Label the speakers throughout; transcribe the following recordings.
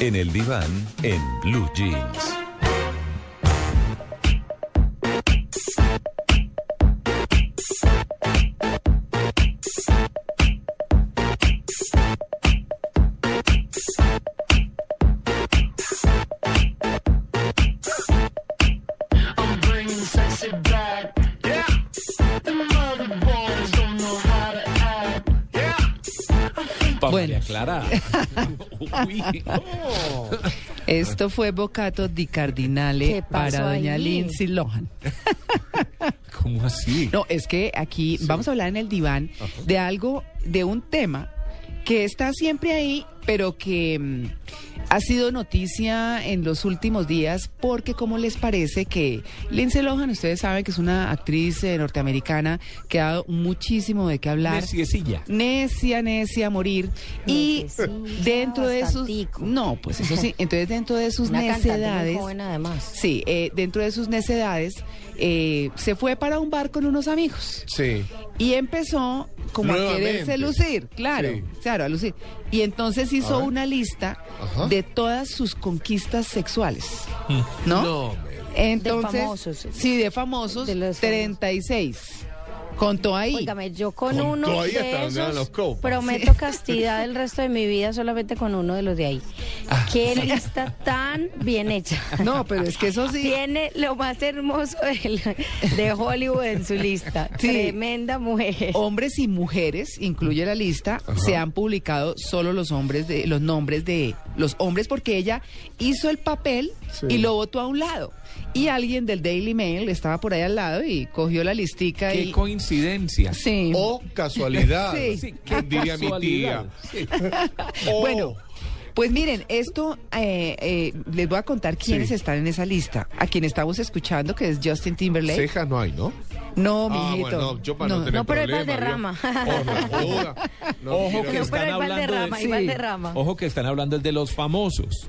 Speaker 1: En el diván, en Blue Jeans.
Speaker 2: I'm bringing sexy back. Yeah. Them other boys don't know how to act.
Speaker 3: Bueno.
Speaker 4: María Clara. Uy.
Speaker 3: Esto fue Bocato di Cardinale
Speaker 5: ¿Qué pasó
Speaker 3: para doña
Speaker 5: ahí?
Speaker 3: Lindsay Lohan.
Speaker 4: ¿Cómo así?
Speaker 3: No, es que aquí vamos a hablar en el diván de algo, de un tema que está siempre ahí, pero que mm, ha sido noticia en los últimos días, porque como les parece que Lindsay Lohan, ustedes saben que es una actriz eh, norteamericana que ha dado muchísimo de qué hablar.
Speaker 4: Neciecilla.
Speaker 3: necia, necia a morir. Y
Speaker 5: Necesita
Speaker 3: dentro de sus...
Speaker 5: bastantico.
Speaker 3: No, pues eso sí. Entonces dentro de sus
Speaker 5: Una cantante
Speaker 3: necedades...
Speaker 5: muy joven además.
Speaker 3: Sí, eh, dentro de sus necedades, eh, se fue para un bar con unos amigos
Speaker 6: Sí.
Speaker 3: y empezó como a
Speaker 6: Nuevamente.
Speaker 3: quererse lucir, claro,
Speaker 6: Sí.
Speaker 3: claro, a lucir. Y entonces hizo una lista
Speaker 6: Ajá. Mm.
Speaker 3: de todas sus conquistas sexuales, ¿no?
Speaker 6: No, me digas.
Speaker 3: Entonces,
Speaker 5: De famosos.
Speaker 3: sí, de famosos,
Speaker 5: De los famosos.
Speaker 3: 36. Contó ahí.
Speaker 5: Óigame, yo con,
Speaker 6: Con
Speaker 5: uno
Speaker 6: todo ahí hasta
Speaker 5: de
Speaker 6: donde van
Speaker 5: esos
Speaker 6: los copas.
Speaker 5: prometo castidad el resto de mi vida solamente con uno de los de ahí. Qué lista tan bien hecha.
Speaker 3: Ah, No, pero es que eso sí.
Speaker 5: Tiene lo más hermoso de, de Hollywood en su lista.
Speaker 3: Sí.
Speaker 5: Tremenda mujer.
Speaker 3: hombres y mujeres, incluye la lista, se han publicado solo los hombres de los nombres de los hombres porque ella hizo el papel
Speaker 6: Sí.
Speaker 3: y lo votó a un lado. Y alguien del Daily Mail estaba por ahí al lado y cogió la listica
Speaker 4: Qué
Speaker 3: y
Speaker 4: coincidencia.
Speaker 3: sí.
Speaker 6: O casualidad.
Speaker 3: Sí.
Speaker 4: qué
Speaker 6: Diría mi tía.
Speaker 4: casualidad.
Speaker 6: O-
Speaker 3: Bueno, pues miren, esto eh, eh, les voy a contar quiénes
Speaker 6: Sí.
Speaker 3: están en esa lista. A quien estamos escuchando, que es Justin Timberlake.
Speaker 6: Cejas no hay, ¿no?
Speaker 3: No,
Speaker 6: ah,
Speaker 3: mijito.
Speaker 6: bueno, no, yo para no,
Speaker 3: No,
Speaker 6: tener
Speaker 5: no, pero es
Speaker 6: problema,
Speaker 5: Valderrama.
Speaker 6: ¿vio? Por la duda. No
Speaker 4: Ojo
Speaker 6: quiero-
Speaker 4: que
Speaker 5: No, pero
Speaker 4: están
Speaker 5: es
Speaker 4: hablando de-
Speaker 5: Valderrama,
Speaker 3: Sí.
Speaker 5: es Valderrama.
Speaker 4: Ojo que están hablando es de los famosos.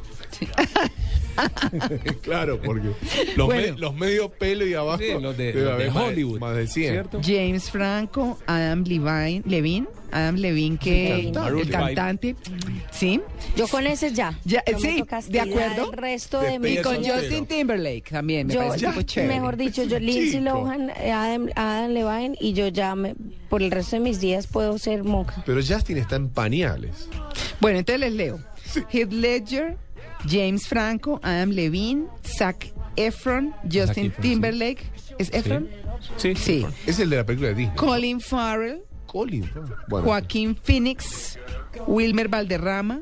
Speaker 6: Claro, porque los,
Speaker 3: Bueno.
Speaker 6: me- los medios pelo y abajo
Speaker 4: Sí, los de,
Speaker 6: debe
Speaker 4: los de
Speaker 6: haber más
Speaker 4: Hollywood.
Speaker 6: Más de 100.
Speaker 4: ¿Cierto?
Speaker 3: James Franco, Adam Levine, Levine Adam Levine que
Speaker 5: El
Speaker 6: cantante.
Speaker 3: el cantante, sí,
Speaker 5: Yo con ese ya.
Speaker 3: Ya, eh,
Speaker 5: Prometo
Speaker 3: sí, de
Speaker 5: castidad
Speaker 3: acuerdo.
Speaker 5: El resto
Speaker 6: De
Speaker 5: de mi
Speaker 3: y
Speaker 6: Eso
Speaker 3: con
Speaker 6: entero.
Speaker 3: Justin Timberlake también me
Speaker 5: Yo,
Speaker 3: parece un tipo chévere.
Speaker 5: mejor dicho, yo Lindsay
Speaker 6: Chico.
Speaker 5: Lohan, eh, Adam, Adam Levine y yo ya me- por el resto de mis días puedo ser monja.
Speaker 6: Pero Justin está en pañales.
Speaker 3: Bueno, entonces les leo. Heath Ledger, James Franco, Adam Levine, Zac Efron, Justin
Speaker 4: Efron, sí.
Speaker 3: Timberlake, ¿es Efron?
Speaker 4: Sí.
Speaker 3: Sí.
Speaker 6: Es el de la película de Disney.
Speaker 3: Colin Farrell,
Speaker 6: Colin. ¿no? Bueno,
Speaker 3: Joaquín Phoenix, Wilmer Valderrama,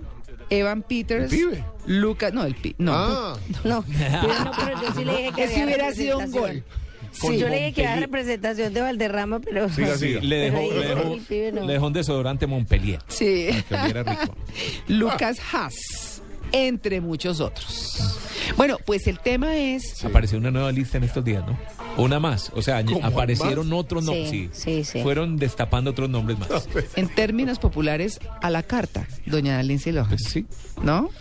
Speaker 3: Evan Peters,
Speaker 6: ¿El pibe?
Speaker 3: Lucas, no, el pi- no.
Speaker 6: Ah,
Speaker 5: No, yo no, pero yo sí le dije que
Speaker 3: Ese
Speaker 5: había
Speaker 3: hubiera sido un gol.
Speaker 5: representación. yo le dije que era representación de Valderrama, pero
Speaker 6: Siga, siga.
Speaker 4: Le
Speaker 5: Pero
Speaker 4: dejó,
Speaker 5: ahí
Speaker 4: le, dejó,
Speaker 5: el pibe no.
Speaker 4: le dejó un desodorante Montpellier.
Speaker 3: Sí.
Speaker 4: Que oliera rico.
Speaker 3: Lucas Haas, entre muchos otros. Bueno, pues el tema es
Speaker 4: Apareció una nueva lista en estos días, ¿no? Una más. O sea,
Speaker 6: ¿Cómo
Speaker 4: aparecieron otros nombres.
Speaker 5: Sí, sí, sí.
Speaker 4: Fueron destapando otros nombres más.
Speaker 3: en términos populares, a la carta, doña Lindsay Lohan.
Speaker 4: Pues sí.
Speaker 3: ¿No?